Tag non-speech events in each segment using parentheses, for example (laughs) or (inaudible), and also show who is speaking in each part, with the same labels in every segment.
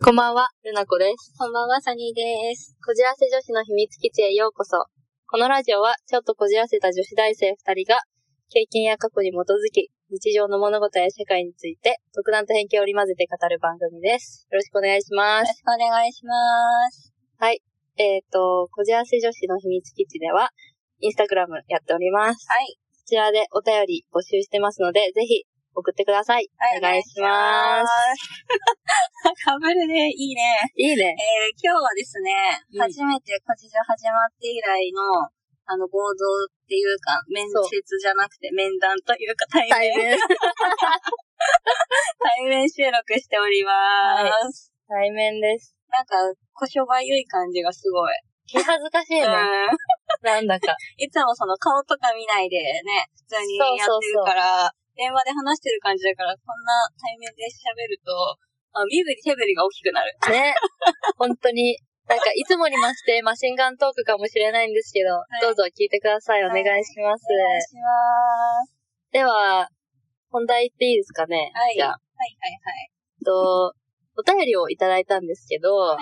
Speaker 1: こんばんは、ルナコです。
Speaker 2: こんばんは、サニーです。
Speaker 1: こじらせ女子の秘密基地へようこそ。このラジオは、ちょっとこじらせた女子大生二人が、経験や過去に基づき、日常の物事や社会について、独断と偏見を織り交ぜて語る番組です。よろしくお願いしま
Speaker 2: よろ
Speaker 1: す。
Speaker 2: しくお願いします。
Speaker 1: えっ、と、こじらせ女子の秘密基地では、インスタグラムやっております。
Speaker 2: はい。
Speaker 1: そちらでお便り募集してますので、ぜひ、送ってください。お願いします。
Speaker 2: す。 (laughs) かぶるね、いいね。
Speaker 1: いいね
Speaker 2: え。ー、今日はですね、
Speaker 1: うん
Speaker 2: 初めてこじら始まって以来の、あの、合同っていうか、面接じゃなくて面談というか対
Speaker 1: 大
Speaker 2: 面、
Speaker 1: 変。
Speaker 2: 対面収録しております。
Speaker 1: 対面です。
Speaker 2: なんか、小商売ゆい感じがすごい。
Speaker 1: 気恥ずかしいね。
Speaker 2: うん
Speaker 1: なんだか。
Speaker 2: いつもその顔とか見ないでね、普通にやってるから、電話で話してる感じだから、こんな対面で喋ると、あ身振り手振りが大きくなる。
Speaker 1: ね。本当に。なんか、いつもにまして、マシンガントークかもしれないんですけど、
Speaker 2: い
Speaker 1: どうぞ聞いてください。お
Speaker 2: は
Speaker 1: 願
Speaker 2: い
Speaker 1: いします。
Speaker 2: お願いします。
Speaker 1: では、本題いっていいですかね。
Speaker 2: はい。
Speaker 1: じゃ
Speaker 2: は
Speaker 1: あ、
Speaker 2: いはいはい。
Speaker 1: えっと、お便りをいただいたんですけど、
Speaker 2: い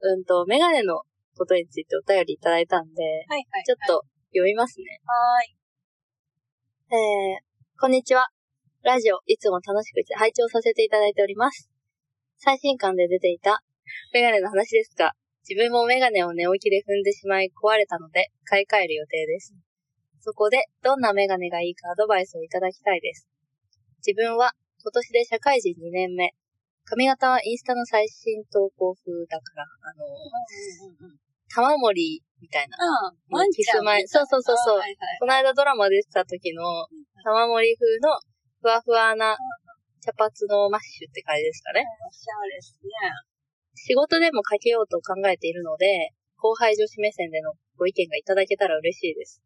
Speaker 1: うんと、メガネのことについてお便りいただいたんで、
Speaker 2: はいはい。
Speaker 1: ちょっ。と読みますね。
Speaker 2: はーい。
Speaker 1: えー、こんにちは。ラジオ、いつも楽しく拝聴させていただいております。最新刊で出ていた、メガネの話ですが、自分もメガネを寝起きで踏んでしまい壊れたので、買い替える予定です。そこで、どんなメガネがいいかアドバイスをいただきたいです。自分は、今年で社会人2年目。髪型はインスタの最新投稿風だから、あの、
Speaker 2: うんうんうん。
Speaker 1: 玉森みたいな。
Speaker 2: うん。ワンちゃんみたいな。
Speaker 1: キス前そうそうそうそう
Speaker 2: あーはいはい。
Speaker 1: この間ドラマ出てた時の、玉森風のふわふわな茶髪のマッシュって感じですかね。
Speaker 2: おしゃれですね。
Speaker 1: 仕事でもかけようと考えているので、後輩女子目線でのご意見がいただけたら嬉しいです。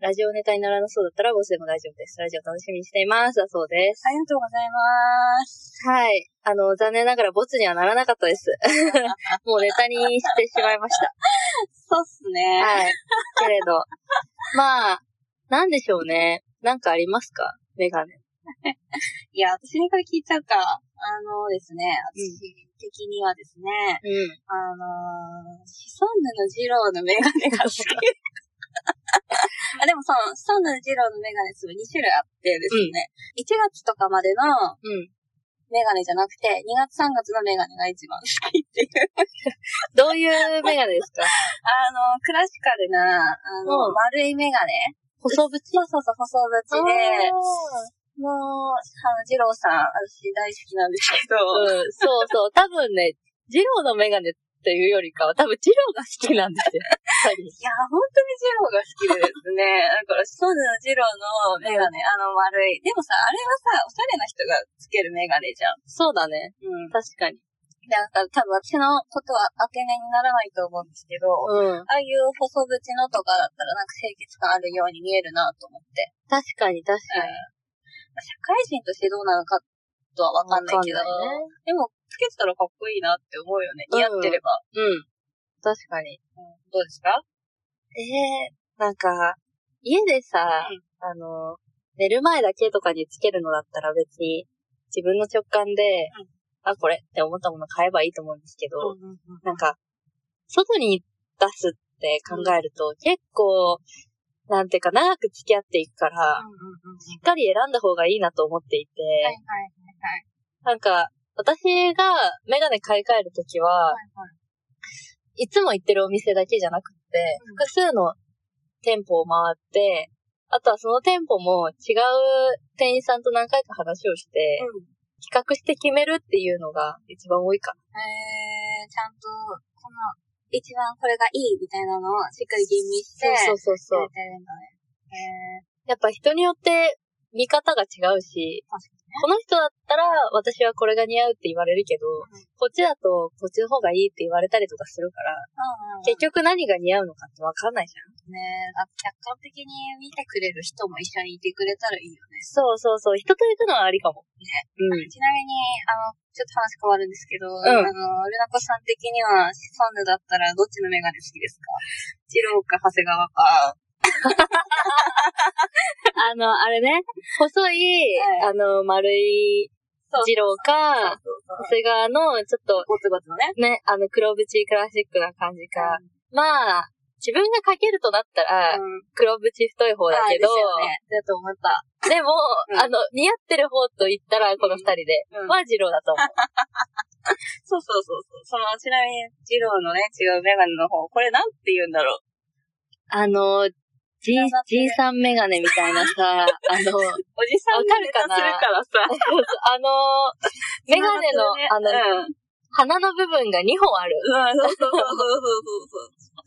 Speaker 1: ラジオネタにならなそうだったらボスでも大丈夫です。ラジオ楽しみにしています。だそうです。
Speaker 2: ありがとうございます。
Speaker 1: はい。あの、残念ながらボツにはならなかった (laughs) です。もうネタにしてしまいました。
Speaker 2: そうっすね。
Speaker 1: はい。けれど。まあ、なんでしょうね。なんかありますかメガネ。
Speaker 2: いや、私にから聞いちゃうか。あのですね、私的にはですね、
Speaker 1: うん。
Speaker 2: あのー、シソンヌのジローのメガネが好
Speaker 1: (laughs)
Speaker 2: き。あでもその、シソンヌのジローのメガネ2種類あってですね、1月とかまでの
Speaker 1: うん。
Speaker 2: メガネじゃなくて、2月3月のメガネが一番好きっていう。
Speaker 1: どういうメガネですか
Speaker 2: あのー、クラシカルな、あ
Speaker 1: うん
Speaker 2: のー丸いメガネ。
Speaker 1: 細縁
Speaker 2: そうそうそう、細
Speaker 1: あー
Speaker 2: 縁で、もう、あの、ジローさん、私大好きなんですけど、
Speaker 1: うん、そうそう。多分ね、ジローのメガネっていうよりかは、多分ジローが好きなんですよ。やっぱり
Speaker 2: いや、本当にジローが好きでです
Speaker 1: (laughs)
Speaker 2: ね。だから、そうなの、ジローのメガネ、あの、丸い。でもさ、あれはさ、おしゃれな人がつけるメガネじゃん。
Speaker 1: そうだね。
Speaker 2: うん。
Speaker 1: 確かに。
Speaker 2: だから、多分私のことは当て目にならないと思うんですけど、あ
Speaker 1: うん。
Speaker 2: あいう細縁のとかだったら、なんか清潔感あるように見えるなと思って。
Speaker 1: 確かに、確
Speaker 2: うん
Speaker 1: かに。
Speaker 2: まあ社会人としてどうなのかとはわかんないけど、
Speaker 1: わかんないね
Speaker 2: でも、つけてたらかっこいいなって思うよね。似合ってれば。
Speaker 1: うん。確かに。
Speaker 2: うんどうですか
Speaker 1: ええなんか、家でさ、
Speaker 2: うん
Speaker 1: あの、寝る前だけとかにつけるのだったら別に、自分の直感で、
Speaker 2: うん
Speaker 1: あ、これって思ったもの買えばいいと思うんですけど、
Speaker 2: んうんうん。
Speaker 1: なんか、外に出すって考えると、結構、なんていうか、長く付き合っていくから、しっかり選んだ方がいいなと思っていて、
Speaker 2: はいはいはい
Speaker 1: なんか、私がメガネ買い替えるときは、
Speaker 2: はいはい。
Speaker 1: いつも行ってるお店だけじゃなくって、
Speaker 2: うん
Speaker 1: 複数の店舗を回って、あとはその店舗も違う店員さんと何回か話をして、
Speaker 2: うん
Speaker 1: 比較して決めるっていうのが一番多いか
Speaker 2: えー、ちゃんと、この、一番これがいいみたいなのをしっかり吟味して、
Speaker 1: な。そううそうそうそう。
Speaker 2: てるんだね。えー、
Speaker 1: やっぱ人によって見方が違うし、
Speaker 2: 確か
Speaker 1: この人だったら私はこれが似合うって言われるけど、
Speaker 2: ん
Speaker 1: こっちだとこっちの方がいいって言われたりとかするから、
Speaker 2: に。うんうん、
Speaker 1: 結局何が似合うのかってわかんないじゃん。
Speaker 2: ね、あ客観的に見てくれる人も一緒にいてくれたらいいよね。
Speaker 1: そうそうそう。人と行くのはありかも。ね。
Speaker 2: ちなみに、あの、ちょっと話変わるんですけど、
Speaker 1: ん
Speaker 2: あの、ルナコさん的には、シソンヌだったらどっちのメガネ好きですかジローか長谷川か。
Speaker 1: うん。あの、あれね、細い、あ
Speaker 2: はい
Speaker 1: の、丸い
Speaker 2: そう
Speaker 1: 二郎か、
Speaker 2: そうそう
Speaker 1: 長谷川の、ちょっと、
Speaker 2: ゴツゴツのね。
Speaker 1: ね、あの、黒縁クラシックな感じか。まあ、自分が書けるとなったら、
Speaker 2: うん。
Speaker 1: 黒縁太い方だけど
Speaker 2: あ、ーですよね。だと思った。
Speaker 1: でも、
Speaker 2: うん
Speaker 1: あの、似合ってる方と言ったら、この二人で。
Speaker 2: うん
Speaker 1: まあ、二郎だと思う。
Speaker 2: そうそうそうそう。その、ちなみに、二郎のね、違うメガネの方、これなんて言うんだろう。
Speaker 1: あの、じ
Speaker 2: 繋がってる
Speaker 1: じいさんメガネみたい
Speaker 2: (laughs)
Speaker 1: なさ、あの、
Speaker 2: おじさんがネタ
Speaker 1: わかるかな
Speaker 2: するからさ。
Speaker 1: あの、メガネの、あの、
Speaker 2: の、うん。
Speaker 1: 鼻の部分が2本ある。
Speaker 2: うん、そうそうそう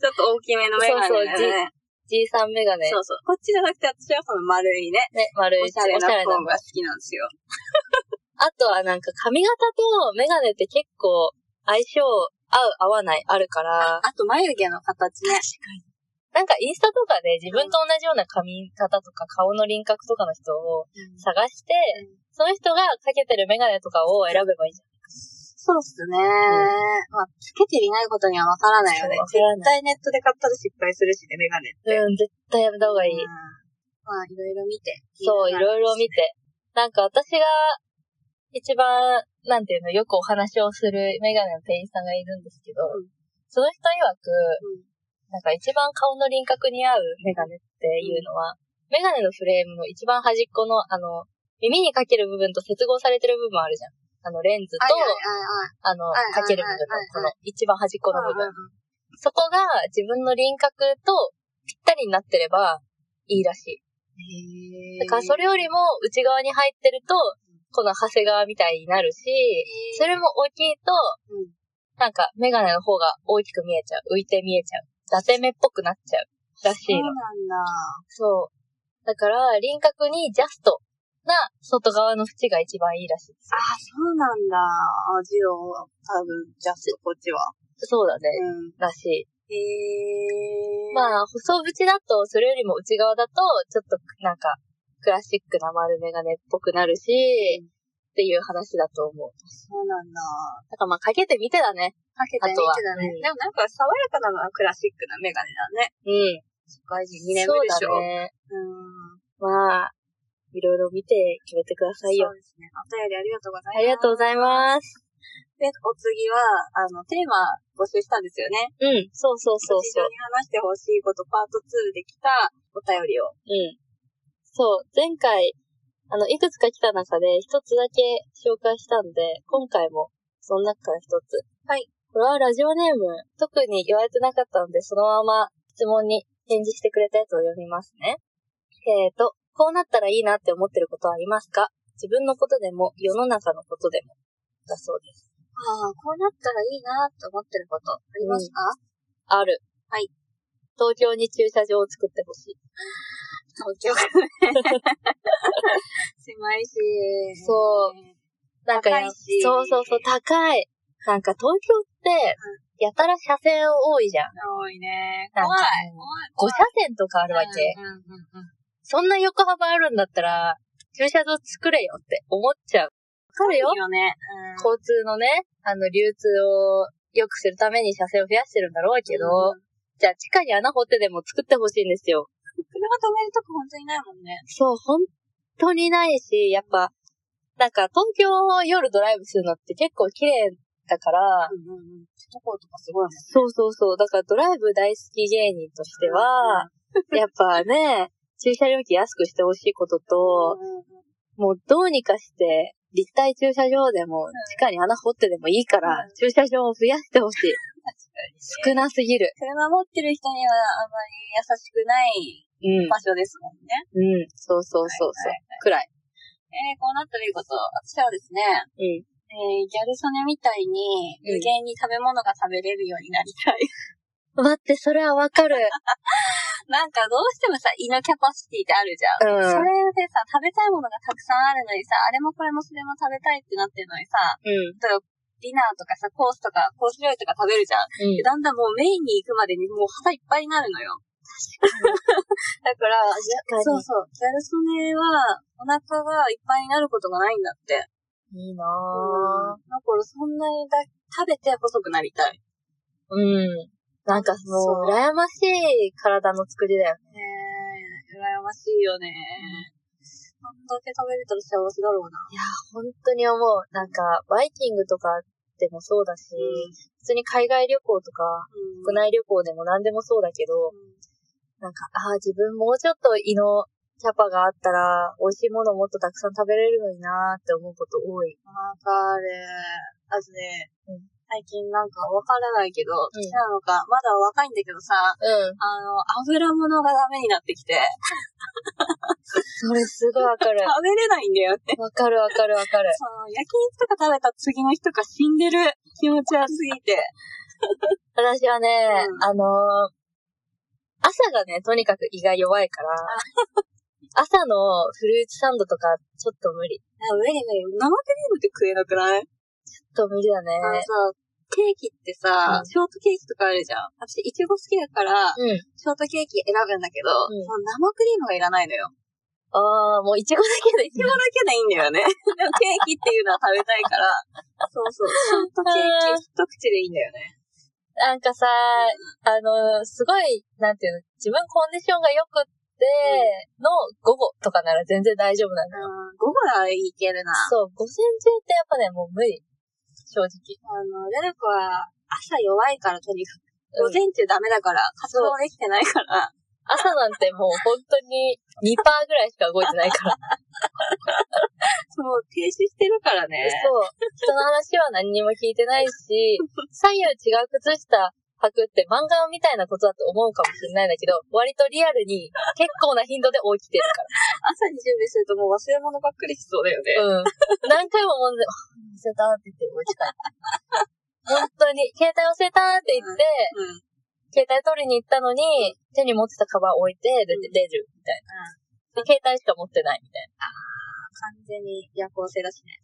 Speaker 2: そうそう。ちょっと大きめのメガネだ
Speaker 1: そうそう
Speaker 2: よね。
Speaker 1: じいさんメガネ。
Speaker 2: そうそう。こっちじゃなくて、私はその丸いね。
Speaker 1: ね、丸い、
Speaker 2: お
Speaker 1: お
Speaker 2: し
Speaker 1: し
Speaker 2: ゃ
Speaker 1: ゃ
Speaker 2: れ
Speaker 1: れ
Speaker 2: な
Speaker 1: な
Speaker 2: 方が好きなんですよ。
Speaker 1: あとはなんか髪型とメガネって結構相性合う合わないあるから、
Speaker 2: あと、眉毛の形ね。
Speaker 1: なんかインスタとかで自分と同じような髪型とか顔の輪郭とかの人を探して、
Speaker 2: うん
Speaker 1: その人がかけてるメガネとかを選べばいいじ
Speaker 2: そうっすね。まあ、つけていないことにはわからないよね。
Speaker 1: わ
Speaker 2: 絶
Speaker 1: からな
Speaker 2: 対ネットで買ったら失敗するしね、メガネって。
Speaker 1: ゃん。うん、絶対やめた方がいい。
Speaker 2: うんまあ、いろいろ見て。
Speaker 1: そう、いろいろ見
Speaker 2: て。
Speaker 1: て。なんか私が一番、なんていうの、よくお話をするメガネの店員さんがいるんですけど、
Speaker 2: うん
Speaker 1: その人曰く、
Speaker 2: うん
Speaker 1: なんか一番顔の輪郭に合うメガネっていうのは、メガネのフレームの一番端っこの、あの、耳にかける部分と接合されてる部分あるじゃん。あの、レンズと、
Speaker 2: はいはい
Speaker 1: あの、
Speaker 2: はいはい
Speaker 1: かける部分のこの
Speaker 2: はい、は
Speaker 1: 一番端っこの
Speaker 2: はい
Speaker 1: 部
Speaker 2: はいうんうん
Speaker 1: 分。
Speaker 2: うん
Speaker 1: そこが自分の輪郭とぴったりになってればいいらしい。だ
Speaker 2: へ
Speaker 1: からそれよりも内側に入ってると、この長谷川みたいになるし、それも大きいと、
Speaker 2: うん
Speaker 1: なんかメガネの方が大きく見えちゃう。浮いて見えちゃう。伊達目っぽくなっちゃう。らし
Speaker 2: そう
Speaker 1: い
Speaker 2: な
Speaker 1: の。
Speaker 2: んだ。
Speaker 1: そう。だから、輪郭にジャストな外側の縁が一番いいらしいです
Speaker 2: あ。あ、そうなんだ。あ、ジローは多分、ジャスト、こっちは。
Speaker 1: そうだね。
Speaker 2: うん。
Speaker 1: らしい。
Speaker 2: へえ。
Speaker 1: まあ、
Speaker 2: あ、
Speaker 1: 細縁だと、それよりも内側だと、ちょっとなんか、クラシックな丸メガネっぽくなるし、っていう話だと思う。
Speaker 2: そうなんだ。
Speaker 1: だからまあ、かけてみてだね。
Speaker 2: かけてみてだね。で
Speaker 1: あ
Speaker 2: もなんか爽やかなのはクラシックなメガネだね。
Speaker 1: うん。
Speaker 2: 社会人2年目でしょ。
Speaker 1: そうだね。
Speaker 2: うん。
Speaker 1: まあ、いろいろ見て決めてくださいよ
Speaker 2: そ。うですね。お便りありがとうございます。
Speaker 1: ありがとうございます。
Speaker 2: で、お次は、あの、テーマ募集したんですよね。
Speaker 1: うん、そうそうそう
Speaker 2: 日
Speaker 1: そ
Speaker 2: 常
Speaker 1: う。
Speaker 2: に話してほしいことパート2で来たお便り
Speaker 1: う
Speaker 2: を。
Speaker 1: ん。そう、前回、あの、いくつか来た中で一つだけ紹介したんで、今回もその中から一つ。
Speaker 2: はい。
Speaker 1: これはラジオネーム、特に言われてなかったので、そのまま質問に返事してくれたやつを読みますね。えーと、こうなったらいいなって思ってることはありますか自分のことでも、世の中のことでも、だそうです。
Speaker 2: ああ、こうなったらいいなと思ってることありますか、 (laughs)
Speaker 1: ある。
Speaker 2: はい。
Speaker 1: 東京に駐車場を作ってほしい。
Speaker 2: 東京がね。狭いし。
Speaker 1: そうなんかや
Speaker 2: 高いし
Speaker 1: そうそうそう、高い。なんか東京って、やたら車線多いじゃん。
Speaker 2: 多いね。
Speaker 1: なん
Speaker 2: 怖
Speaker 1: か
Speaker 2: い。
Speaker 1: 5
Speaker 2: 怖い。
Speaker 1: 車線とかあるわけ。
Speaker 2: うんうんうんうん。
Speaker 1: そんな横幅あるんだったら、駐車場作れよって思っちゃう。わかるよ
Speaker 2: いい。よね。うん
Speaker 1: 交通のね、あの、流通を良くするために車線を増やしてるんだろうけど、
Speaker 2: うん
Speaker 1: じゃあ地下に穴掘ってでも作ってほしいんですよ。
Speaker 2: 車止めるとこ本当にないもんね。
Speaker 1: そう、本当にないし、やっぱ、なんか東京を夜ドライブするのって結構綺麗だから、
Speaker 2: うんうんうん。首都高とかすごいもんね。
Speaker 1: そうそうそう、だからドライブ大好き芸人としては、やっぱね、駐車料金安くしてほしいことと、
Speaker 2: うんうんうん、
Speaker 1: もうどうにかして、立体駐車場でも、地下に穴掘ってでもいいから
Speaker 2: う、
Speaker 1: 駐車場を増やしてほしい。少なすぎる。
Speaker 2: 車持ってる人にはあまり優しくない
Speaker 1: うん。
Speaker 2: 場所ですもんね。
Speaker 1: うん。そうそうそうそう。
Speaker 2: はいはい
Speaker 1: くらい。
Speaker 2: えー、こうなったらいいこと。私はです
Speaker 1: う
Speaker 2: ね、
Speaker 1: ん。
Speaker 2: えー、ギャル曽根みたいに
Speaker 1: うん
Speaker 2: 無限に食べ物が食べれるようになりたい。 (laughs)
Speaker 1: 待って、それはわかる。
Speaker 2: なんかどうしてもさ、胃のキャパシティってあるじゃん。
Speaker 1: うん。
Speaker 2: それでさ、食べたいものがたくさんあるのにさ、あれもこれもそれも食べたいってなってるのにさ、
Speaker 1: うん。
Speaker 2: 例えばディナーとかさ、コースとか、コース料理とか食べるじゃん。
Speaker 1: うん
Speaker 2: で。だんだんもうメインに行くまでにもう腹いっぱいになるのよ。 (laughs) だから、
Speaker 1: かに
Speaker 2: そうそう。ギャル曽根は、お腹がいっぱいになることがないんだって。
Speaker 1: いい
Speaker 2: うん
Speaker 1: なぁ。。
Speaker 2: だから、そんなにだ食べて細くなりたい。
Speaker 1: うん。なんかもう、
Speaker 2: そう
Speaker 1: 羨ましい体の作りだよね。
Speaker 2: ねえ、羨ましいよね。んだけ食べれたら幸せだろうな。
Speaker 1: 本当に思う。なんか、バイキングとかでもそうだし、普通に海外旅行とか、
Speaker 2: うん
Speaker 1: 国内旅行でも何でもそうだけど、なんか、ああ、自分もうちょっと胃のキャパがあったら、美味しいものもっとたくさん食べれるのになーって思うこと多い。
Speaker 2: わかる。あとね、
Speaker 1: うん
Speaker 2: 最近なんかわからないけど、
Speaker 1: ん
Speaker 2: どっちなのか、まだ若いんだけどさ、
Speaker 1: うん。
Speaker 2: あの、油物がダメになってきて、
Speaker 1: それすごいわ (laughs) かる
Speaker 2: 食。べれないんだよね。
Speaker 1: わかるわかるわかる。
Speaker 2: その、焼肉とか食べた次の日とか死んでる気持ち悪すぎて。
Speaker 1: 私はね、
Speaker 2: うん
Speaker 1: あのー朝がね、とにかく胃が弱いから、朝のフルーツサンドとか、ちょっと無理。
Speaker 2: 無理無理。生クリームって食えなくな
Speaker 1: ち
Speaker 2: い
Speaker 1: ょっと無理だね。
Speaker 2: あのさ、ケーキって
Speaker 1: う
Speaker 2: さ、
Speaker 1: ん
Speaker 2: ショートケーキとかあるじゃん。私、いちご好きだから、
Speaker 1: うん。
Speaker 2: ショートケーキ選ぶんだけど、
Speaker 1: うん
Speaker 2: その生クリームがいらないのよ。
Speaker 1: ああ、もういちごだけでいい
Speaker 2: いちごだけでいいんだよね。でもケーキっていうのは食べたいから、そうそう、ショートケーキ一口でいいんだよね。
Speaker 1: なんかさ、あの、すごい、なんていうの、自分コンディションが良くって、の午後とかなら全然大丈夫なんだよ。
Speaker 2: うん、午後はいけるな。
Speaker 1: そう、午前中ってやっぱね、もう無理。正直。
Speaker 2: あの、ルルコは朝弱いからとにかく、
Speaker 1: う
Speaker 2: 午
Speaker 1: ん
Speaker 2: 前中ダメだから、活動できてないから、
Speaker 1: 朝なんてもう本当に2%ぐらいしか動いてないから。
Speaker 2: そう、停止してるからね。
Speaker 1: そう。人の話は何にも聞いてないし、
Speaker 2: (laughs)
Speaker 1: 左右違う靴下履くって漫画みたいなことだと思うかもしれないんだけど、割とリアルに結構な頻度で起きてるから。
Speaker 2: 朝に準備するともう忘れ物ばっかりしそうだよね。
Speaker 1: うん。何回ももんで、忘れたって言って、落ちた。本当に、携帯忘れたって言って、
Speaker 2: うん。
Speaker 1: 携帯取りに行ったのに、手に持ってたカバン置いて、出て出る、みたいな。で、携帯しか持ってない、みたいな。
Speaker 2: 完全に夜行性だしね。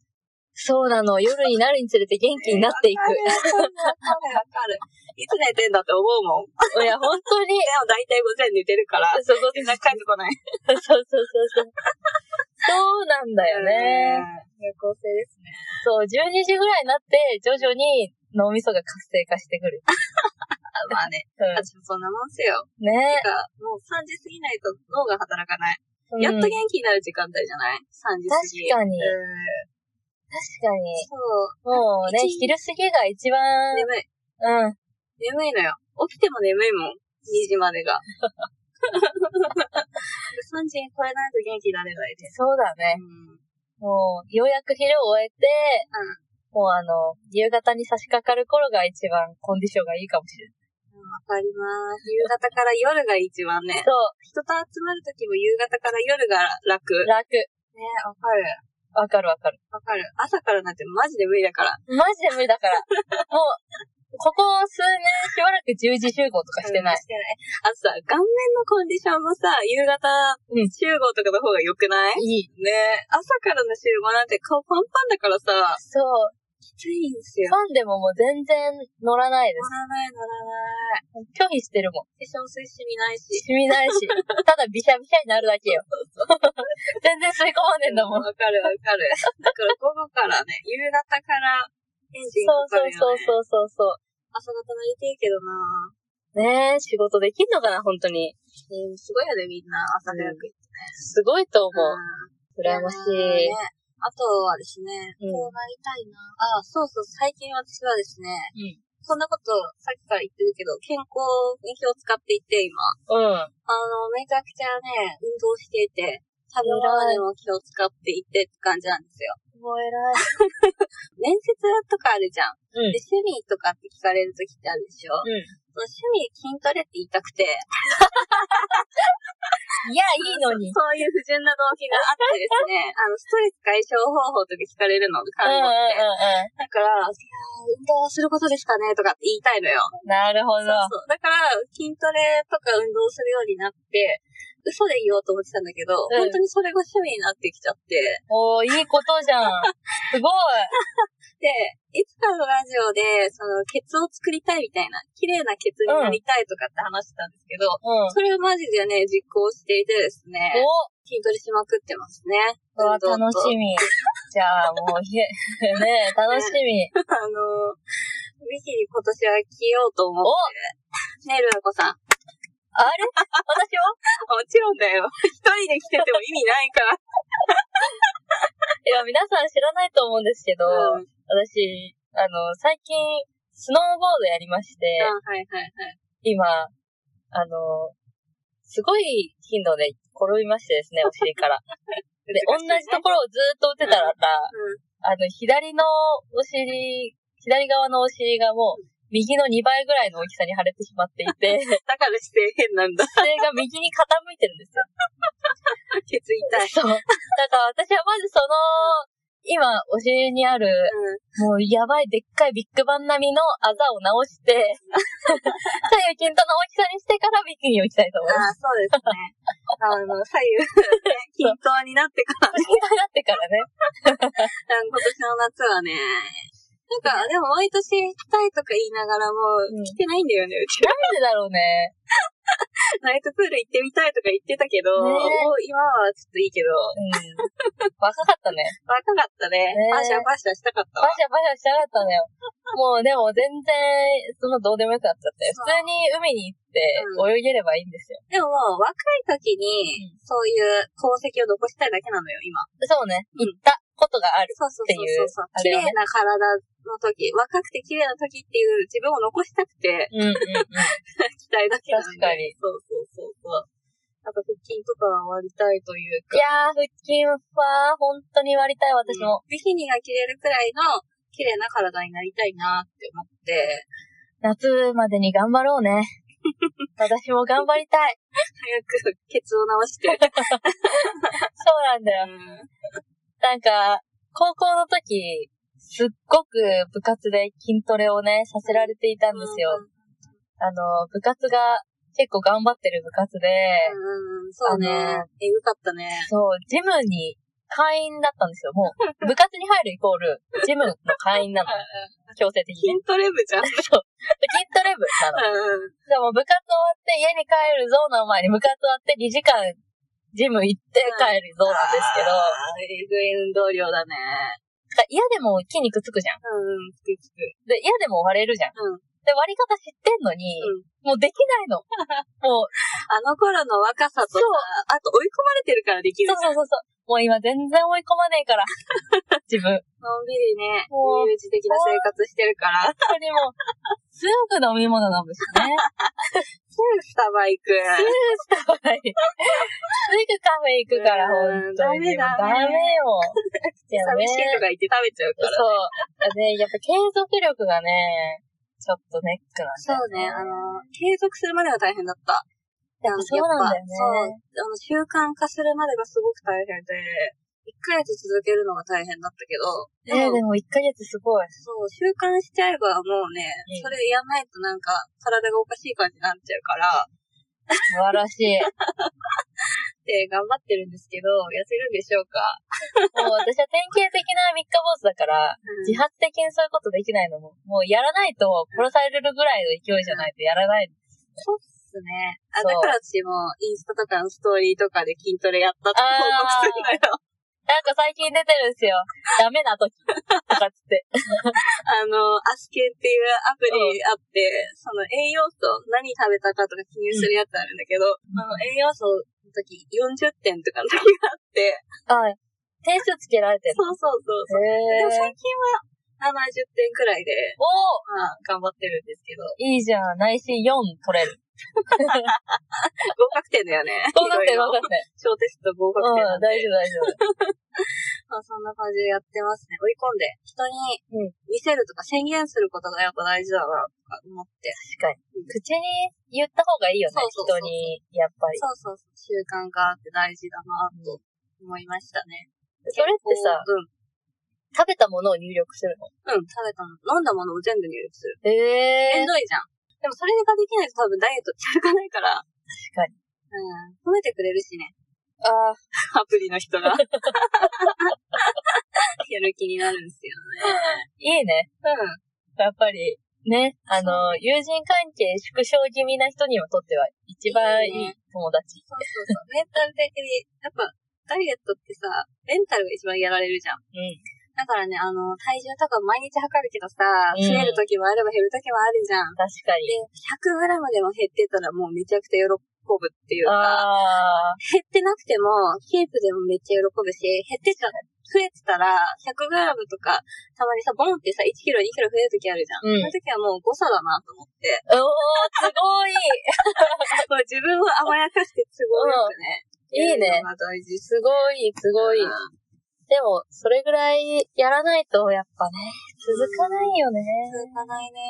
Speaker 1: そうなの。夜になるにつれて元気になっていく
Speaker 2: わか。るわかるわかる。いつ寝てんだって思うもん。で
Speaker 1: いや、本当に。 (laughs)
Speaker 2: も大体午前寝てるから、
Speaker 1: そうそう
Speaker 2: 連絡返ってこない。
Speaker 1: そうそうそうそう。そうなんだよね。
Speaker 2: うん。夜行性ですね。
Speaker 1: そう、12時ぐらいになって、徐々に脳みそが活性化してくる。
Speaker 2: あまあね、
Speaker 1: う
Speaker 2: 私もそんなもんせよ。
Speaker 1: ん、ね
Speaker 2: てか、もう3時過ぎないと脳が働かない。
Speaker 1: うん
Speaker 2: やっと元気になる時間帯じゃない ?3 時
Speaker 1: 確
Speaker 2: 過ぎ。
Speaker 1: かに
Speaker 2: うん
Speaker 1: 確かに。
Speaker 2: そう。
Speaker 1: もうね、
Speaker 2: 一日
Speaker 1: 昼過ぎが一番、
Speaker 2: 眠い。
Speaker 1: うん。
Speaker 2: 眠いのよ。起きても眠いもん。2時までが。3時に超えないと元気になれないです。
Speaker 1: そうだね。
Speaker 2: うん。
Speaker 1: もう、ようやく昼を終えて、もうあの、夕方に差し掛かる頃が一番コンディションがいいかもしれない。
Speaker 2: わかります。夕方から夜が一番ね。
Speaker 1: そう、
Speaker 2: 人と集まるときも夕方から夜が楽。ね、
Speaker 1: 楽。
Speaker 2: わ
Speaker 1: わか
Speaker 2: かる。
Speaker 1: るわかる。
Speaker 2: わかる。朝からなんてマジで無理だから。
Speaker 1: マジで無理だ (laughs) から。もう、ここ数年しばらく10時集合とかしてない。
Speaker 2: してない。あとさ、顔面のコンディションもさ、夕方
Speaker 1: うん
Speaker 2: 集合とかの方が良くない
Speaker 1: いい。
Speaker 2: ね朝からの集合なんて顔パンパンだからさ、
Speaker 1: そう。
Speaker 2: きついんですよ
Speaker 1: フ。ァンでももう全然乗らないで
Speaker 2: 乗らない乗らない。
Speaker 1: す。拒否してるもん。
Speaker 2: 化粧水染みないし。
Speaker 1: 染み (laughs) ないし。ただビシャビシャになるだけ (laughs) よ。全然吸い込まねえんだもん。
Speaker 2: わかるわかる。だから午後からね、夕方からエンジンかか
Speaker 1: そう
Speaker 2: るよ、ね。うそうそう。
Speaker 1: そうそうそうそう。
Speaker 2: 朝方なりてえけど
Speaker 1: ね
Speaker 2: な
Speaker 1: え、仕事できんのかな、本当に。
Speaker 2: えーすごいよね、みんな。朝早く行って。
Speaker 1: すごいと思う。
Speaker 2: う
Speaker 1: 羨まし
Speaker 2: ね
Speaker 1: い。。
Speaker 2: あとはですね、
Speaker 1: うん
Speaker 2: こうなりたいなあ、そうそう、最近私はですね、
Speaker 1: うん
Speaker 2: そんなことさっきから言ってるけど、健康に気を使っていて、今。
Speaker 1: うん。
Speaker 2: あの、めちゃくちゃね、運動していて、食べ物にも気を使っていてって感じなんですよ。
Speaker 1: もう偉い。
Speaker 2: 面接とかあるじゃん。
Speaker 1: うん
Speaker 2: で、趣味とかって聞かれるときってあるでしょ。
Speaker 1: うん
Speaker 2: その趣味筋トレって言いたくて、
Speaker 1: いや、いいのに。
Speaker 2: そういう不純な動機があってですね、あの、ストレス解消方法とか聞かれる
Speaker 1: う
Speaker 2: の、
Speaker 1: ん
Speaker 2: 看
Speaker 1: うんう
Speaker 2: 護っ
Speaker 1: ん
Speaker 2: て。だから、いやー運動することですかねとかって言いたいのよ。
Speaker 1: うん。なるほ
Speaker 2: そう
Speaker 1: ど。
Speaker 2: そう。だから、筋トレとか運動するようになって、嘘で言おうと思ってたんだけど、
Speaker 1: うん
Speaker 2: 本当にそれが趣味になってきちゃって、
Speaker 1: おー、いいことじゃん。すごい。
Speaker 2: で、いつかのラジオで、その、ケツを作りたいみたいな、綺麗なケツになりたいとかって話してたんですけど、
Speaker 1: うん。
Speaker 2: それをマジでね、実行していてですね、筋トレしまくってますね。
Speaker 1: おわ楽
Speaker 2: 運動と
Speaker 1: しみ。じゃあ、もう、ひねえ、楽しみ。
Speaker 2: あの、ビキに今年は着ようと思って。ね、ルナコさん。
Speaker 1: あれ私
Speaker 2: (laughs)
Speaker 1: は
Speaker 2: もちろんだよ。一人で来てても意味な
Speaker 1: (laughs)
Speaker 2: いから。
Speaker 1: いや、皆さん知らないと思うんですけど、
Speaker 2: うん。
Speaker 1: 私、あの、最近、スノーボードやりまして、
Speaker 2: あはいはいはい。
Speaker 1: 今、あの、すごい頻度で転びましてですね、お尻
Speaker 2: (laughs)
Speaker 1: から。で、同じところをずーっと打ってたら、あの、左のお尻、左側のお尻がもう、右の2倍ぐらいの大きさに腫れてしまっていて、
Speaker 2: だから姿勢変
Speaker 1: (laughs)
Speaker 2: なんだ。
Speaker 1: それが右に傾いてるんですよ。
Speaker 2: ケツ痛い。
Speaker 1: そう。だから私はまずその、今、お尻にある、
Speaker 2: うん。
Speaker 1: もうやばいでっかいビッグバン並みのあざを直して、左右均等の大きさにしてからビキニを着たいと思います。
Speaker 2: あそうですね。あの、左右、
Speaker 1: (laughs)
Speaker 2: 均等になってから。
Speaker 1: 大きく (laughs) なってからね。
Speaker 2: うん今年の夏はね。なんか、でも毎年行きたいとか言いながら
Speaker 1: う
Speaker 2: も
Speaker 1: ん
Speaker 2: う、来てないんだよね、うちら。
Speaker 1: なんでだろうね。
Speaker 2: ナイトプール行ってみたいとか言ってたけど、
Speaker 1: ね
Speaker 2: もう今はちょっといいけど、
Speaker 1: うん。若かったね。
Speaker 2: 若かったね。
Speaker 1: ね
Speaker 2: バシャバシャしたかった
Speaker 1: バ
Speaker 2: わ。
Speaker 1: シャバシャしなかったのよ。もうでも全然、そのどうでもよくなっちゃって。
Speaker 2: そう
Speaker 1: 普通に海に行って泳げればいいんですよ。
Speaker 2: でももう、若い時に、そういう功績を残したいだけなのよ、今。
Speaker 1: そうね。
Speaker 2: うん
Speaker 1: 行ったことがある。
Speaker 2: そうそうそうそうそう。
Speaker 1: っ
Speaker 2: 綺
Speaker 1: ていうあれ
Speaker 2: 麗
Speaker 1: はね
Speaker 2: な体の時、若くて綺麗な時っていう自分を残したくて、
Speaker 1: うんうんうん。
Speaker 2: 期待だけなんで
Speaker 1: 確かに。
Speaker 2: そうそうそうそう。なんか腹筋とかは割りたいという
Speaker 1: い
Speaker 2: か。
Speaker 1: やー、腹筋は本当に割りたい私も。
Speaker 2: ビキニが着れるくらいの綺麗な体になりたいなって思って、
Speaker 1: 夏までに頑張ろう
Speaker 2: (laughs)
Speaker 1: ね。私も頑張りたい。
Speaker 2: 早くケツを直して。
Speaker 1: そうなんだ
Speaker 2: う
Speaker 1: よ。
Speaker 2: ん
Speaker 1: なんか、高校の時、すっごく部活で筋トレをね、させられていたんですよ。あの、部活が結構頑張ってる部活で、
Speaker 2: うんうん、そうね
Speaker 1: あの。
Speaker 2: えぐかったね。
Speaker 1: そう、ジムに会員だったんですよ。もう、部活に入るイコール、ジムの会員なの。強制的
Speaker 2: 筋
Speaker 1: に。
Speaker 2: トレ部じゃん。う
Speaker 1: そう。筋トレ部なの。
Speaker 2: んうん。
Speaker 1: でも部活終わって家に帰るゾーンの前に部活終わって2時間ジム行って帰るゾーンなんですけど、
Speaker 2: あーえぐい運動量だね。
Speaker 1: だから嫌でも筋肉つくじゃん。
Speaker 2: うんうん、つくつく。
Speaker 1: で、嫌でも割れるじゃん。
Speaker 2: うん
Speaker 1: で、割り方知ってんのに、
Speaker 2: う
Speaker 1: も
Speaker 2: ん
Speaker 1: うできない
Speaker 2: (laughs)
Speaker 1: の。もう、
Speaker 2: あの頃の若さとさ
Speaker 1: そう、
Speaker 2: あと追い込まれてるからできる
Speaker 1: そう
Speaker 2: じゃ
Speaker 1: そう
Speaker 2: ん。
Speaker 1: そうそう。もう今全然追い込まねえ
Speaker 2: (laughs)
Speaker 1: から。自分。
Speaker 2: のんびりね、
Speaker 1: もう
Speaker 2: 悠々自適な生活してる (laughs) から。
Speaker 1: 本当にもう、すぐ飲み物飲むしね。
Speaker 2: すぐスタバ行く。
Speaker 1: すぐスタ
Speaker 2: (laughs)
Speaker 1: バ行く。すぐカフェ行くから、
Speaker 2: うん
Speaker 1: 本当に。
Speaker 2: ダメ
Speaker 1: ダ
Speaker 2: だね
Speaker 1: メ
Speaker 2: (laughs)
Speaker 1: よ。
Speaker 2: 寂しいとか言って食べちゃうか
Speaker 1: そう。
Speaker 2: ら。
Speaker 1: ね、やっぱ継続力がね、ちょっとネックなんだよ
Speaker 2: そうね、あの、継続するまでが大変だった。
Speaker 1: やっぱそうなんだよね
Speaker 2: やっぱそう。あの、習慣化するまでがすごく大変で、一ヶ月続けるのが大変だったけど、
Speaker 1: ね
Speaker 2: で
Speaker 1: でも
Speaker 2: も
Speaker 1: 1ヶ月すごい。
Speaker 2: そう、習慣しちゃえばもうね、
Speaker 1: うん
Speaker 2: それやんないとなんか体がおかしい感じになっちゃうから、
Speaker 1: 素晴らし (laughs) い。
Speaker 2: で、頑張ってるんですけど、痩せるんでしょうか、
Speaker 1: もう私は典型的な三日坊主だから、自発的にそういうことできないのも、もうやらないと殺されるぐらいの勢いじゃないとやらない。
Speaker 2: そうっすね。あ、
Speaker 1: そう
Speaker 2: だから私もインスタとかのストーリーとかで筋トレやったって報告するのよ。
Speaker 1: なんか最近出てるんですよ。ダメな時。とかっつって。
Speaker 2: (laughs) あの、アスケンっていうアプリあって、その栄養素、何食べたかとか記入するやつあるんだけど、
Speaker 1: ん
Speaker 2: あの栄養素の時40点とかの時があって、
Speaker 1: あ点数つけられてる。
Speaker 2: そうそうそうそう。で
Speaker 1: へー
Speaker 2: も最近は70点くらいで、
Speaker 1: おー
Speaker 2: まあ、頑張ってるんですけど、
Speaker 1: いいじゃん。内心4取れる。
Speaker 2: (laughs) 合格点だよね。
Speaker 1: 合格
Speaker 2: い
Speaker 1: 点、
Speaker 2: ろ
Speaker 1: 合
Speaker 2: いろ
Speaker 1: 格点。
Speaker 2: 小テスト合格
Speaker 1: うん、
Speaker 2: 点
Speaker 1: 大
Speaker 2: なん
Speaker 1: 丈夫、大丈
Speaker 2: で、
Speaker 1: 夫。
Speaker 2: まあ、そんな感じでやってますね。追い込んで、人
Speaker 1: うん
Speaker 2: に見せるとか宣言することがやっぱ大事だな、とか思って。
Speaker 1: 確かに。口に言った方がいいよね。
Speaker 2: そうそうそう
Speaker 1: 人に、やっぱり。
Speaker 2: そうそうそう、習慣化って大事だな、と思いましたね。
Speaker 1: それってさ、
Speaker 2: うん。
Speaker 1: 食べたものを入力するの。
Speaker 2: うん、食べたもの、飲んだものを全部入力する。
Speaker 1: へえ
Speaker 2: めん。どいじゃん。でもそれができないと多分ダイエット続かないから。
Speaker 1: 確かに。
Speaker 2: うん。褒めてくれるしね。
Speaker 1: ああ、
Speaker 2: アプリの人 (laughs) が。やる気になるんですよ
Speaker 1: いいね。
Speaker 2: ね。うん。
Speaker 1: やっぱり、ね、あの、友人関係縮小気味な人にとっては一番い
Speaker 2: い
Speaker 1: い
Speaker 2: いね
Speaker 1: 友達。
Speaker 2: そうそうそう。メンタル的に、やっぱ、ダイエットってさ、メンタルが一番やられるじゃん。
Speaker 1: うん。
Speaker 2: だからね、あの、体重とか毎日測るけどさ、
Speaker 1: うん
Speaker 2: 増える時もあれば減る時もあるじゃん。
Speaker 1: 確かに。
Speaker 2: で、100g でも減ってたらもうめちゃくちゃ喜ぶっていうか、
Speaker 1: ああ。
Speaker 2: 減ってなくても、キープでもめっちゃ喜ぶし、減ってたら、増えてたら、100g とか、たまにさ、ボンってさ、1キロ、2キロ増えるときあるじゃ
Speaker 1: う
Speaker 2: ん。
Speaker 1: ん
Speaker 2: その時はもう誤差だなと思って、
Speaker 1: おー、すご
Speaker 2: (laughs)
Speaker 1: い
Speaker 2: もう自分を甘やかして都合よくね。
Speaker 1: いいね
Speaker 2: やるのが大事。
Speaker 1: すごい、すごい。
Speaker 2: 続
Speaker 1: でも、それぐらいやらないと、やっぱね、続かない
Speaker 2: (laughs)
Speaker 1: よね。
Speaker 2: かないね。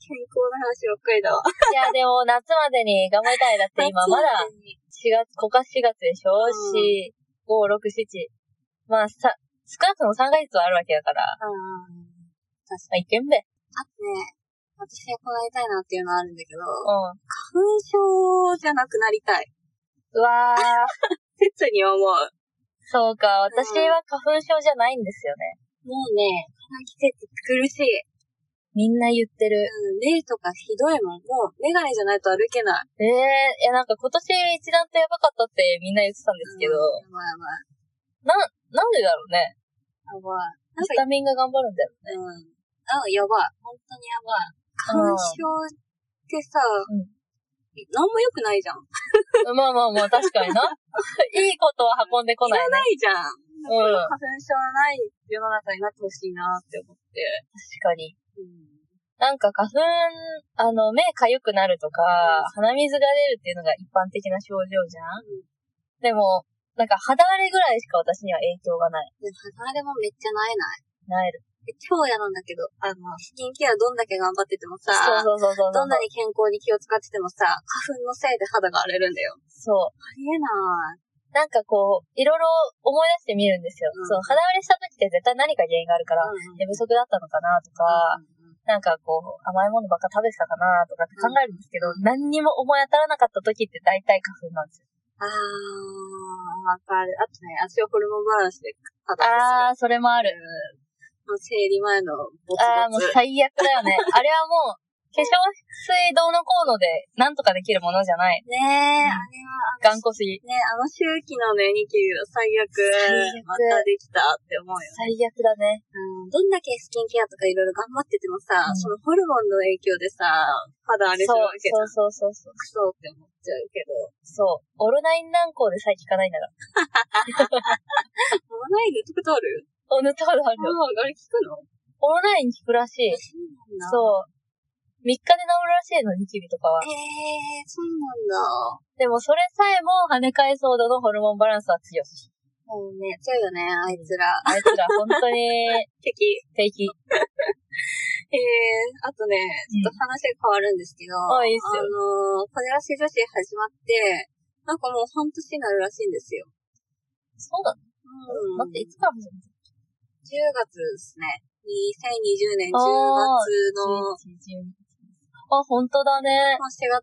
Speaker 2: 健康の話ばっかり (laughs) だわ。
Speaker 1: いや、でも、夏までに頑張りたい。だって今、まだ、4月、ここは4月でしょ
Speaker 2: うん
Speaker 1: し、5、6、7。まあ、さ、少なくとも3ヶ月はあるわけだから、ま
Speaker 2: うん。
Speaker 1: あ、いけんべ。
Speaker 2: あとね、私がこいたいなっていうのはあるんだけど、
Speaker 1: うん。
Speaker 2: 花粉症じゃなくなりたい。
Speaker 1: うわー、
Speaker 2: 切に思う。も
Speaker 1: そうか、私は花粉症じゃないんですよね。
Speaker 2: うね、この季節苦しい。
Speaker 1: みんな言ってる。
Speaker 2: うん、目とかひどいもん。もう、メガネじゃないと歩けない。
Speaker 1: ええいや、なんか今年一段とやばかったってみんな言ってたんですけど、
Speaker 2: うんやばいやばい。
Speaker 1: なんでだろうね。
Speaker 2: やばい。なん
Speaker 1: ス
Speaker 2: か、
Speaker 1: タミンが頑張るんだよね。
Speaker 2: うん。あ、やばい。本当にやばい。花粉症ってさ、
Speaker 1: ん
Speaker 2: なんも良くないじゃん。
Speaker 1: まあまあまあ、確かに (laughs) な。いいことは運んでこない
Speaker 2: ら
Speaker 1: ね。
Speaker 2: ないじゃん。
Speaker 1: うん。確
Speaker 2: 花粉症のない世の中になってほしいなって思って。
Speaker 1: かに。
Speaker 2: うん。
Speaker 1: なんか花粉、あの、目かゆくなるとか、鼻水が出るっていうのが一般的な症状じゃん
Speaker 2: うん
Speaker 1: でも、なんか肌荒れぐらいしか私には影響がない。
Speaker 2: でも、肌荒れもめっちゃな
Speaker 1: な
Speaker 2: えない。
Speaker 1: える。
Speaker 2: で超嫌なんだけど、あの、スキンケアどんだけ頑張っててもさ、
Speaker 1: そうそうそうそうそう。
Speaker 2: どんなに健康に気を使っててもさ、花粉のせいで肌が荒れるんだよ。
Speaker 1: そう。
Speaker 2: ありえない。
Speaker 1: なんかこう、いろいろ思い出してみるんですよ。
Speaker 2: うん
Speaker 1: そう、肌荒れした時って絶対何か原因があるから、寝不足だったのかなとか、
Speaker 2: うん
Speaker 1: なんかこう、甘いものばっか食べてたかなとかって考えるんですけど、何にも思い当たらなかった時って大体花粉なんですよ。
Speaker 2: あー、わかる。あとね、足をホルモンバランスで肌
Speaker 1: あ
Speaker 2: が
Speaker 1: ー、それもある。
Speaker 2: もう生理前のボツ
Speaker 1: あー、も
Speaker 2: ボ
Speaker 1: う
Speaker 2: ツ。
Speaker 1: 最悪だよね。あれはもう、化粧水どうのこうので、なんとかできるものじゃない。うん
Speaker 2: ねえ、あれは、
Speaker 1: 頑固すぎ。
Speaker 2: ね、あの周期のね、ニキビが最悪。
Speaker 1: 最悪
Speaker 2: またできたって思うよ。
Speaker 1: 最悪だね。
Speaker 2: うん、どんだけスキンケアとかいろいろ頑張っててもさ、
Speaker 1: うん
Speaker 2: そのホルモンの影響でさ、肌荒れす
Speaker 1: そ
Speaker 2: る
Speaker 1: う
Speaker 2: わけじゃん。
Speaker 1: そうそうそうそう。
Speaker 2: クソって思っちゃうけど。
Speaker 1: そう。オロナイン軟膏でさえ効かないんだから。
Speaker 2: もうないで、とくとある
Speaker 1: お、塗ったことあるよ。
Speaker 2: もう、あれ聞くの
Speaker 1: オロナイン効くらしい。
Speaker 2: そうなんだ。
Speaker 1: そう。3日で治るらしいの、ニキビとかは。
Speaker 2: えー、そうなんだ。
Speaker 1: でもそれさえも跳ね返すほどのホルモンバランスは強い。
Speaker 2: もうね、強いよね、あいつら。
Speaker 1: あいつら本当に
Speaker 2: 敵。
Speaker 1: 敵。
Speaker 2: えー、あとね、ちょっと話が変わるんですけど、
Speaker 1: あいいっすよ
Speaker 2: あのー、こじらし女子始まって、なんかもう半年になるらしいんですよ。
Speaker 1: そうなの
Speaker 2: うん。
Speaker 1: 待って、いつから始めた
Speaker 2: 10月ですね。2020年10月
Speaker 1: あー
Speaker 2: の、
Speaker 1: 11 12あ、本当だね。
Speaker 2: まあ4月、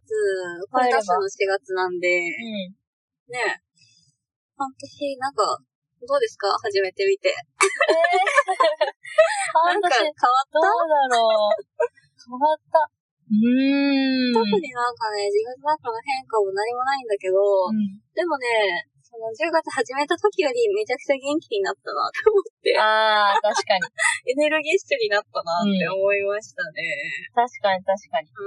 Speaker 2: これ出すの4月なんで、
Speaker 1: うん。
Speaker 2: ね。半年、なんか、どうですか始めてみて。
Speaker 1: えー、(laughs) 半
Speaker 2: なんか変わ
Speaker 1: 年、
Speaker 2: っ
Speaker 1: ど
Speaker 2: た
Speaker 1: うだろう。変わった。うーん。
Speaker 2: 特になんかね、自分の中の変化も何もないんだけど、
Speaker 1: う
Speaker 2: でもね、その10月始めた時よりめちゃくちゃ元気になったな (laughs) って思って
Speaker 1: ん。、ああ、確かに。
Speaker 2: エネルギッシュになったなって思いましたね。
Speaker 1: 確かに確かに。
Speaker 2: う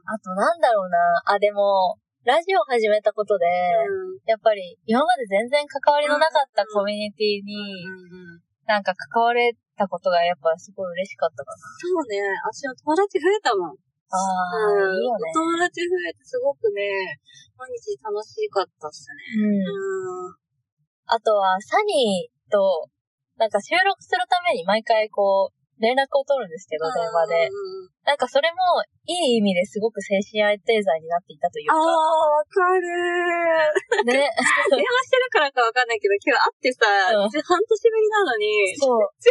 Speaker 2: ん。
Speaker 1: あとなんだろうな。あ、でも、ラジオ始めたことで、
Speaker 2: うん。
Speaker 1: やっぱり今まで全然関わりのなかったコミュニティに、
Speaker 2: うん
Speaker 1: なんか関われたことがやっぱすごい嬉しかったか
Speaker 2: そうね、私の友達増えたもん。
Speaker 1: な。ああ、
Speaker 2: うん、
Speaker 1: いいよね
Speaker 2: お。友達増えてすごくね、毎日楽しかったっすね。
Speaker 1: うん。
Speaker 2: うん。
Speaker 1: あとは、サニーと、なんか収録するために毎回こう、連絡を取るんですけど、電話で。
Speaker 2: うん
Speaker 1: なんかそれも、いい意味ですごく精神安定剤になっていたという
Speaker 2: あー、
Speaker 1: か。
Speaker 2: わかる
Speaker 1: ね。
Speaker 2: (laughs) 電話してるからかわかんないけど、今日会ってさ、
Speaker 1: うん
Speaker 2: 半年ぶりなのに、
Speaker 1: そう。
Speaker 2: (laughs)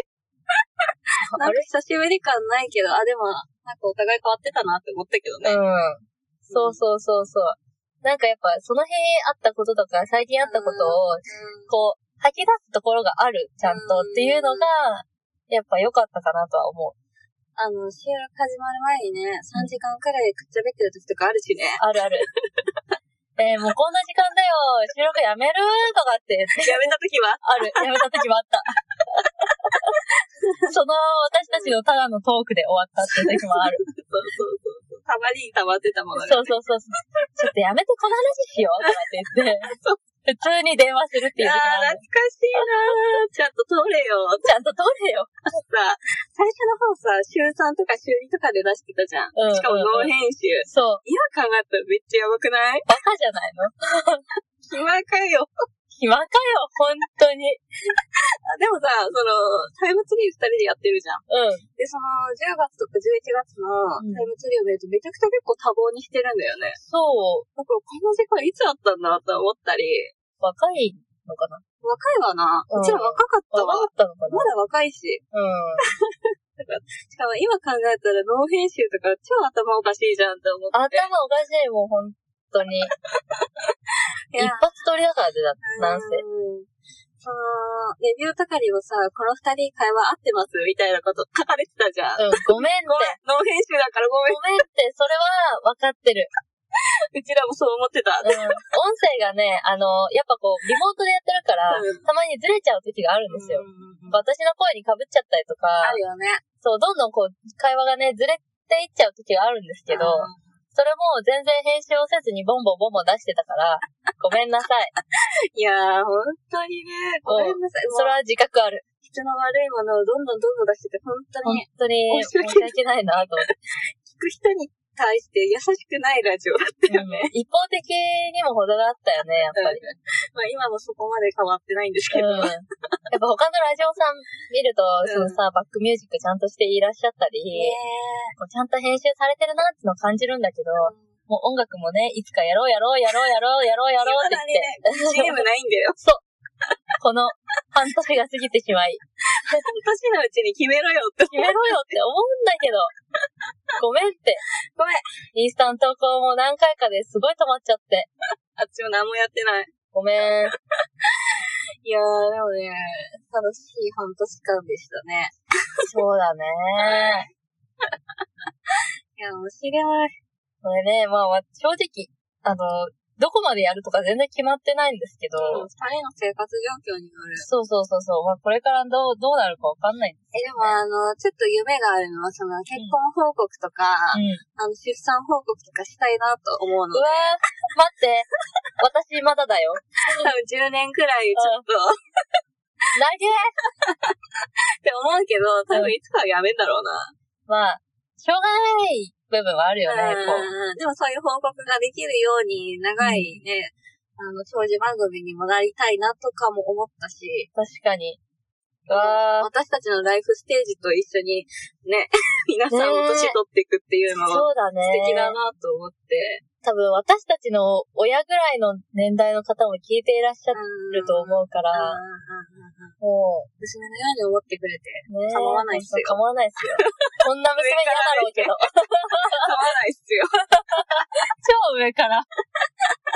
Speaker 2: なんか久しぶり感ないけど、あ、でも、なんかお互い変わってたなって思ったけどね。
Speaker 1: うん。そうそうそうそう。なんかやっぱ、その日あったこととか、最近あったことを、こう、吐き出すところがある、ちゃんと
Speaker 2: うん
Speaker 1: っていうのが、やっぱ良かったかなとは思う。
Speaker 2: あの、収録始まる前にね、3時間くらいくっちゃべってる時とかあるしね。
Speaker 1: あるある。 (laughs) えーもうこんな時間だよ、収録やめるとかって言って、
Speaker 2: (laughs) やめた時 (laughs) は
Speaker 1: ある、やめた時もあっ
Speaker 2: (laughs)
Speaker 1: た。その私たちのただのトークで終わったっていう時もある。
Speaker 2: そうそうそうそう。たまりに溜まってたものが。
Speaker 1: そうそうそうそう。ちょっとやめてこの話しようとかって言
Speaker 2: (laughs)
Speaker 1: って、普通に電話するっていう時
Speaker 2: あ
Speaker 1: 間
Speaker 2: あ、懐かしいなーちゃんと通れよ。
Speaker 1: ちゃんと通れよ。
Speaker 2: さ、最初の方さ、週3とか週2とかで出してたじゃん。
Speaker 1: うん
Speaker 2: しかもノー編集。
Speaker 1: そう。
Speaker 2: 今考えたらめっちゃやばくない
Speaker 1: バカじゃないの
Speaker 2: 暇かよ。
Speaker 1: 暇かよ、本当に。
Speaker 2: あでもさ、その、タイムツリー二人でやってるじゃん。
Speaker 1: うん。
Speaker 2: で、その、10月とか11月の
Speaker 1: うん
Speaker 2: タイムツリーを見るとめちゃくちゃ結構多忙にしてるんだよね。
Speaker 1: そう。
Speaker 2: だからこの時間いつあったんだと思ったり、
Speaker 1: 若いのかな
Speaker 2: 若いわな。
Speaker 1: うん
Speaker 2: うちら若かっ
Speaker 1: 若
Speaker 2: たわ。
Speaker 1: かったのかな
Speaker 2: まだ若いし。
Speaker 1: うん。
Speaker 2: しかも今考えたらノー編集とか超頭おかしいじゃんって思
Speaker 1: 頭
Speaker 2: って。
Speaker 1: おかしい、もう本当に。
Speaker 2: い
Speaker 1: 一
Speaker 2: や
Speaker 1: 発撮りだからでだ、なんせ。
Speaker 2: うんその、レビューとかにもさ、この二人会話合ってますみたいなこと書かれてたじゃん。
Speaker 1: うん、ごめんって。
Speaker 2: ごめん、ノー編集だからごめん。
Speaker 1: ごめんって、それは分かってる。
Speaker 2: うちらもそう思って
Speaker 1: うん。
Speaker 2: た。
Speaker 1: 音声がね、あの、やっぱこう、リモートでやってるから、
Speaker 2: うん
Speaker 1: たまにずれちゃう時があるんですよ。
Speaker 2: うん
Speaker 1: 私の声に被っちゃったりとか、
Speaker 2: あるよね。
Speaker 1: そう、どんどんこう、会話がね、ずれていっちゃう時があるんですけど、
Speaker 2: うん
Speaker 1: それも全然編集をせずにボンボンボンボン出してた
Speaker 2: (laughs)
Speaker 1: から、ごめんなさい。
Speaker 2: いやー、本当にね、ごめんなさい。
Speaker 1: それ
Speaker 2: もう、
Speaker 1: は自覚ある。
Speaker 2: 人の悪いものをどんどんどんどん出してて、本当
Speaker 1: 本
Speaker 2: に、
Speaker 1: 当に申
Speaker 2: 申
Speaker 1: し
Speaker 2: し
Speaker 1: 訳ないなと思って。
Speaker 2: 聞く人に対して優しくないラジオだったよね。
Speaker 1: 一方的にも程があったよね、やっぱり。
Speaker 2: まあ今もそこまで変わってないんですけど。
Speaker 1: うん。やっぱ他のラジオさん見ると、
Speaker 2: うん
Speaker 1: そのさ、バックミュージックちゃんとしていらっしゃったり、
Speaker 2: ね
Speaker 1: こうちゃんと編集されてるなってのを感じるんだけど、
Speaker 2: え。
Speaker 1: もう音楽もね、いつかやろうやろうやろうやろうやろうやろうって言って、
Speaker 2: 未だにね、BGM ないんだよ。
Speaker 1: この半年が過ぎてしま
Speaker 2: (laughs)
Speaker 1: い、
Speaker 2: 半年のうちに決めろよって。
Speaker 1: 決めろよって思うんだけど、ごめんって。
Speaker 2: ごめん。
Speaker 1: インスタの投稿も何回かですごい止まっちゃって、
Speaker 2: あっちも何もやってない。
Speaker 1: ごめん。
Speaker 2: いやー、でもね、楽しい半年間でしたね。
Speaker 1: そうだね。
Speaker 2: いや、面白い。
Speaker 1: これね、まあまあ、正直、あの、どこまでやるとか全然決まってないんですけど、
Speaker 2: うん、二人の生活状況による。
Speaker 1: そうそうそうそう、まあこれからどう、どうなるかわかんないんです
Speaker 2: え、でもあの、ちょっと夢があるのは、その、結婚報告とか、
Speaker 1: うん。
Speaker 2: あの、出産報告とかしたいなと思う
Speaker 1: う。
Speaker 2: の
Speaker 1: わー、待って、私まだだよ。
Speaker 2: 多分10年くらい、ちょっと、っ
Speaker 1: 投げ
Speaker 2: て思うけど、多分いつかはやめんだろう
Speaker 1: ま
Speaker 2: な。
Speaker 1: あ、しょうがない部分はあるよね、こう。
Speaker 2: うんでもそういう報告ができるように、長いね、あの、長寿番組にもなりたいなとかも思ったし、
Speaker 1: 確かに。うわー、
Speaker 2: 私たちのライフステージと一緒に、ね、 (laughs) 皆さんを年取っていくっていうのは、
Speaker 1: そうだね。
Speaker 2: 素敵だなと思って。
Speaker 1: 多分私たちの親ぐらいの年代の方も聞いていらっしゃると思うか
Speaker 2: うんうんうん
Speaker 1: ら、
Speaker 2: うんうん
Speaker 1: も
Speaker 2: 娘のように思ってくれて、
Speaker 1: う、ね
Speaker 2: 構わないっすよ
Speaker 1: 構わないっすよ。こんな娘嫌だろうけど。
Speaker 2: 構わないっすよ。
Speaker 1: 超上から。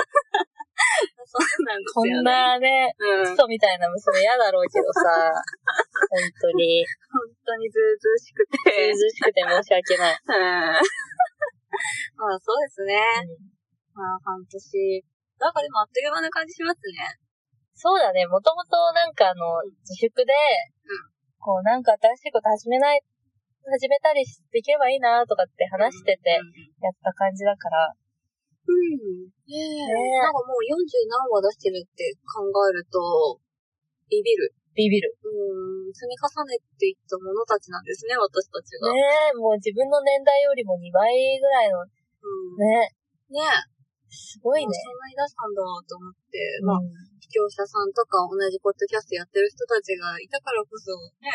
Speaker 2: そうなんです
Speaker 1: こ
Speaker 2: よ、ね。
Speaker 1: んなね、
Speaker 2: うん。
Speaker 1: クソみたいな娘嫌だろうけどさ、本当に、
Speaker 2: 本当にずうずうしく
Speaker 1: ずう
Speaker 2: て。
Speaker 1: ずうしくて申し訳ない。
Speaker 2: うん。 (laughs) まあそうですね。
Speaker 1: うん
Speaker 2: まあ半年。なんかでもあっという間な感じしますね。
Speaker 1: そうだね、もともとなんかあの、自粛で、こうなんか新しいこと始めない、始めたりしできればいいなとかって話してて、やった感じだから、
Speaker 2: うん。ね
Speaker 1: ねえ
Speaker 2: え。なんかもう40何話出してるって考えると、ビビる。
Speaker 1: ビビる。
Speaker 2: うん。積み重ねていったものたちなんですね、私たちが。
Speaker 1: ねえ、もう自分の年代よりも2倍ぐらいの、
Speaker 2: うん。
Speaker 1: ね、
Speaker 2: ねえ。
Speaker 1: すごいね
Speaker 2: もう。そんなに出したんだと思って、
Speaker 1: うん
Speaker 2: まあ、視聴者さんとか同じポッドキャストやってる人たちがいたからこそ、ね、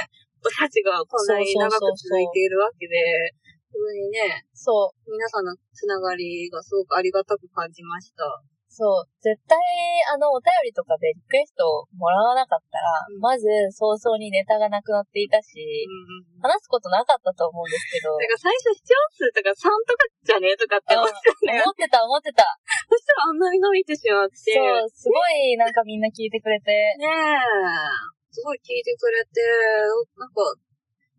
Speaker 2: 私たちがこんなに長く続いているわけで、本当にね、
Speaker 1: そう、
Speaker 2: 皆さんのつながりがすごくありがたく感じました。
Speaker 1: そう、絶対、あの、お便りとかでリクエストをもらわなかったら、
Speaker 2: うん
Speaker 1: まず、早々にネタがなくなっていたし、
Speaker 2: うん
Speaker 1: 話すことなかったと思うんですけど
Speaker 2: なん、か最初視聴数とか3とかじゃねえとかって
Speaker 1: (laughs)
Speaker 2: 思ってね。
Speaker 1: 思ってた、思ってた。
Speaker 2: そしたらあんなに伸びてしまって。
Speaker 1: そう、すごい、なんかみんな聞いてくれて、
Speaker 2: ねえ。すごい聞いてくれて、なんか、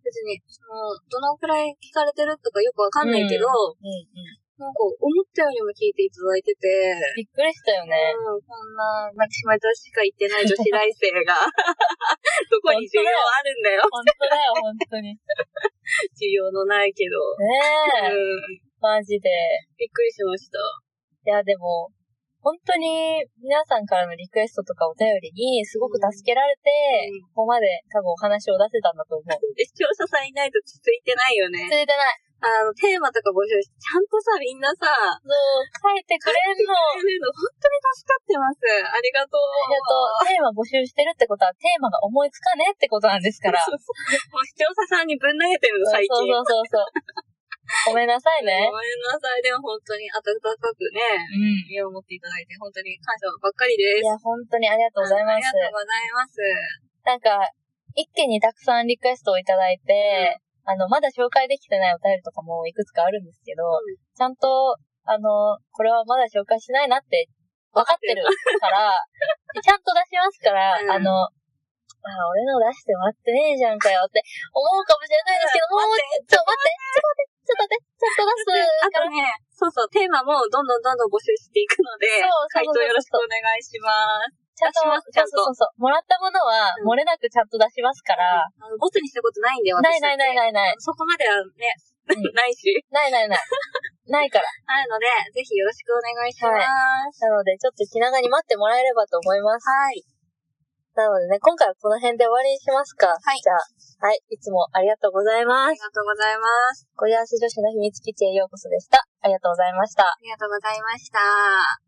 Speaker 2: 別に、その、どのくらい聞かれてるとかよくわかんないけど、
Speaker 1: うんうん。
Speaker 2: なんか思ったよりも聞いていただいてて、
Speaker 1: びっくりしたよ (laughs) ね。
Speaker 2: うん、こんな、マキシマイトしか行ってない女子大生が、 (laughs) どこに需要あるんだよ。
Speaker 1: 本当だよ、本当に。ね
Speaker 2: 需要のないけど。う
Speaker 1: え。
Speaker 2: ん。
Speaker 1: マジで。
Speaker 2: びっくりしました。
Speaker 1: いや、でも、本当に皆さんからのリクエストとかお便りにすごく助けられて、
Speaker 2: うん
Speaker 1: ここまで多分お話を出せたんだと思う。
Speaker 2: で、視聴者さんいないと続いてないよね。
Speaker 1: 続いてない。
Speaker 2: あの、テーマとか募集して、ちゃんとさ、みんなさ、
Speaker 1: そう、書いてくれんの。
Speaker 2: 本当に助かってます。ありがとう。
Speaker 1: えっと、テーマ募集してるってことは、テーマが思いつかねえってことなんですから。
Speaker 2: (laughs) そうそうもう視聴者さんにぶん投げてるの、最近。
Speaker 1: そうそうそうそう。ごめんなさいね
Speaker 2: ご。めんなさい。でも本当に温かくね、
Speaker 1: うん。
Speaker 2: 身を持っていただいて、本当に感謝ばっかり
Speaker 1: い
Speaker 2: です。
Speaker 1: や、本当にありがとうございます
Speaker 2: あ。りがとうご
Speaker 1: なんか、
Speaker 2: ざいます。
Speaker 1: 一気にたくさんリクエストをいただいて、あの、まだ紹介できてないお便りとかもいくつかあるんですけど、
Speaker 2: うん
Speaker 1: ちゃんと、あの、これはまだ紹介しないなって分かってる
Speaker 2: (laughs)
Speaker 1: から、ちゃんと出しますから、
Speaker 2: うん
Speaker 1: あの、あ俺の出してもらってねえじゃんかよって思うかもしれない
Speaker 2: (laughs)
Speaker 1: ですけど、もう、ちょ、待って、ちょ、待って、ちょっと待って、ちょっと出す
Speaker 2: あとね、そうそう、テーマもどんどんどんどん募集していくので、
Speaker 1: そう
Speaker 2: 回
Speaker 1: そうそうそう
Speaker 2: 答よろしくお願いします。
Speaker 1: ちゃんと
Speaker 2: 出します、ちゃんと
Speaker 1: そうそうそう。もらったものは、
Speaker 2: うん
Speaker 1: 漏れなくちゃんと出しますから、
Speaker 2: あのボツにしたことないんで、私
Speaker 1: ないないない
Speaker 2: い。
Speaker 1: ないない。
Speaker 2: そこまではね、
Speaker 1: ん
Speaker 2: (laughs) ないし。
Speaker 1: ないないない。ないから。
Speaker 2: あるので、ぜひよろしくお願いします。
Speaker 1: なので、ちょっと気長に待ってもらえればと思います。
Speaker 2: はい。
Speaker 1: なのでね、今回はこの辺で終わりにしますか。
Speaker 2: はい
Speaker 1: じゃあ、はい、いつもありがとうござい
Speaker 2: あ
Speaker 1: ま
Speaker 2: り
Speaker 1: す。
Speaker 2: がとうございます。
Speaker 1: ゴリアス女子の秘密基地へようこそでした。ありがとうございました。
Speaker 2: ありがとうございました。